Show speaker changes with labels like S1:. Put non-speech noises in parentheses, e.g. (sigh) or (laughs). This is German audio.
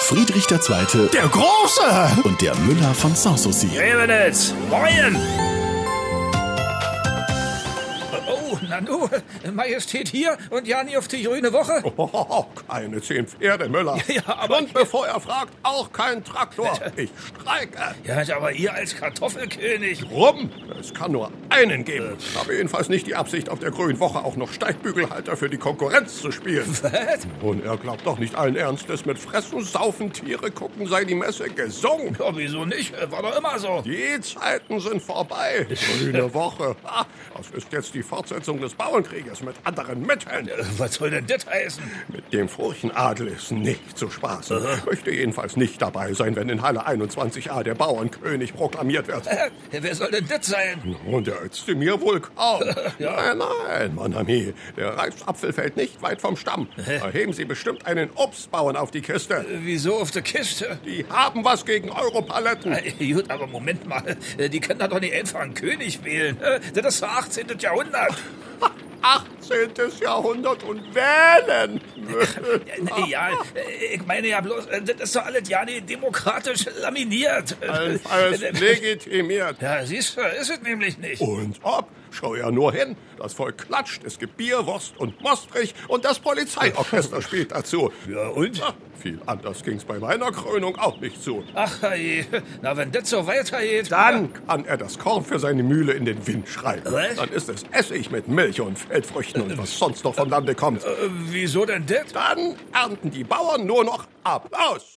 S1: Friedrich II.
S2: Der Große!
S1: und der Müller von Sanssouci.
S3: Revenitz, Moin! Oh, Nanu, Majestät hier und Jani auf die grüne Woche.
S2: Oh, keine zehn Pferde, Müller.
S3: Ja, aber
S2: Und bevor er fragt, auch kein Traktor. Ich streike.
S3: Ja, aber ihr als Kartoffelkönig.
S2: Rum! Es kann nur einen geben. Ich habe jedenfalls nicht die Absicht, auf der Grünen Woche auch noch Steigbügelhalter für die Konkurrenz zu spielen.
S3: Was?
S2: Und er glaubt doch nicht allen Ernstes, mit Fressen, Saufen, Tiere gucken sei die Messe gesungen.
S3: Ja, wieso nicht? War doch immer so.
S2: Die Zeiten sind
S3: (laughs)
S2: vorbei. Grüne Woche. Ha, Das ist jetzt die Fortsetzung des Bauernkrieges mit anderen Mitteln.
S3: Was soll denn das heißen?
S2: Mit dem Furchenadel ist nicht zu spaßen. Möchte jedenfalls nicht dabei sein, wenn in Halle 21a der Bauernkönig proklamiert wird.
S3: Äh, Wer soll denn das sein?
S2: Und er ätzte mir wohl kaum.
S3: Ja.
S2: Nein, nein, mon ami, der Reifsapfel fällt nicht weit vom Stamm. Da heben Sie bestimmt einen Obstbauern auf die Kiste.
S3: Wieso auf der Kiste?
S2: Die haben was gegen Europaletten.
S3: Äh, Gut, aber Moment mal. Äh, Die können da doch nicht einfach einen König wählen. Äh, Das ist das 18. Jahrhundert.
S2: 18. Jahrhundert und wählen.
S3: Äh, Ja, äh, ich meine ja bloß, äh, das ist doch alles ja nicht demokratisch laminiert. Äh,
S2: Allenfalls legitimiert.
S3: Ja, siehst du, ist es nämlich nicht.
S2: Und ob? Schau ja nur hin. Das Volk klatscht, es gibt Bier, Wurst und Mostrich und das Polizeiorchester spielt dazu.
S3: Ja, und?
S2: Ah, Viel anders ging's bei meiner Krönung auch nicht zu.
S3: Ach, herrje. na, wenn das so weitergeht.
S2: Dann kann er das Korn für seine Mühle in den Wind schreiben.
S3: Was?
S2: Dann ist es Essig mit Milch und Feldfrüchten und was sonst noch vom Lande kommt.
S3: Äh, Wieso denn das?
S2: Dann ernten die Bauern nur noch Applaus.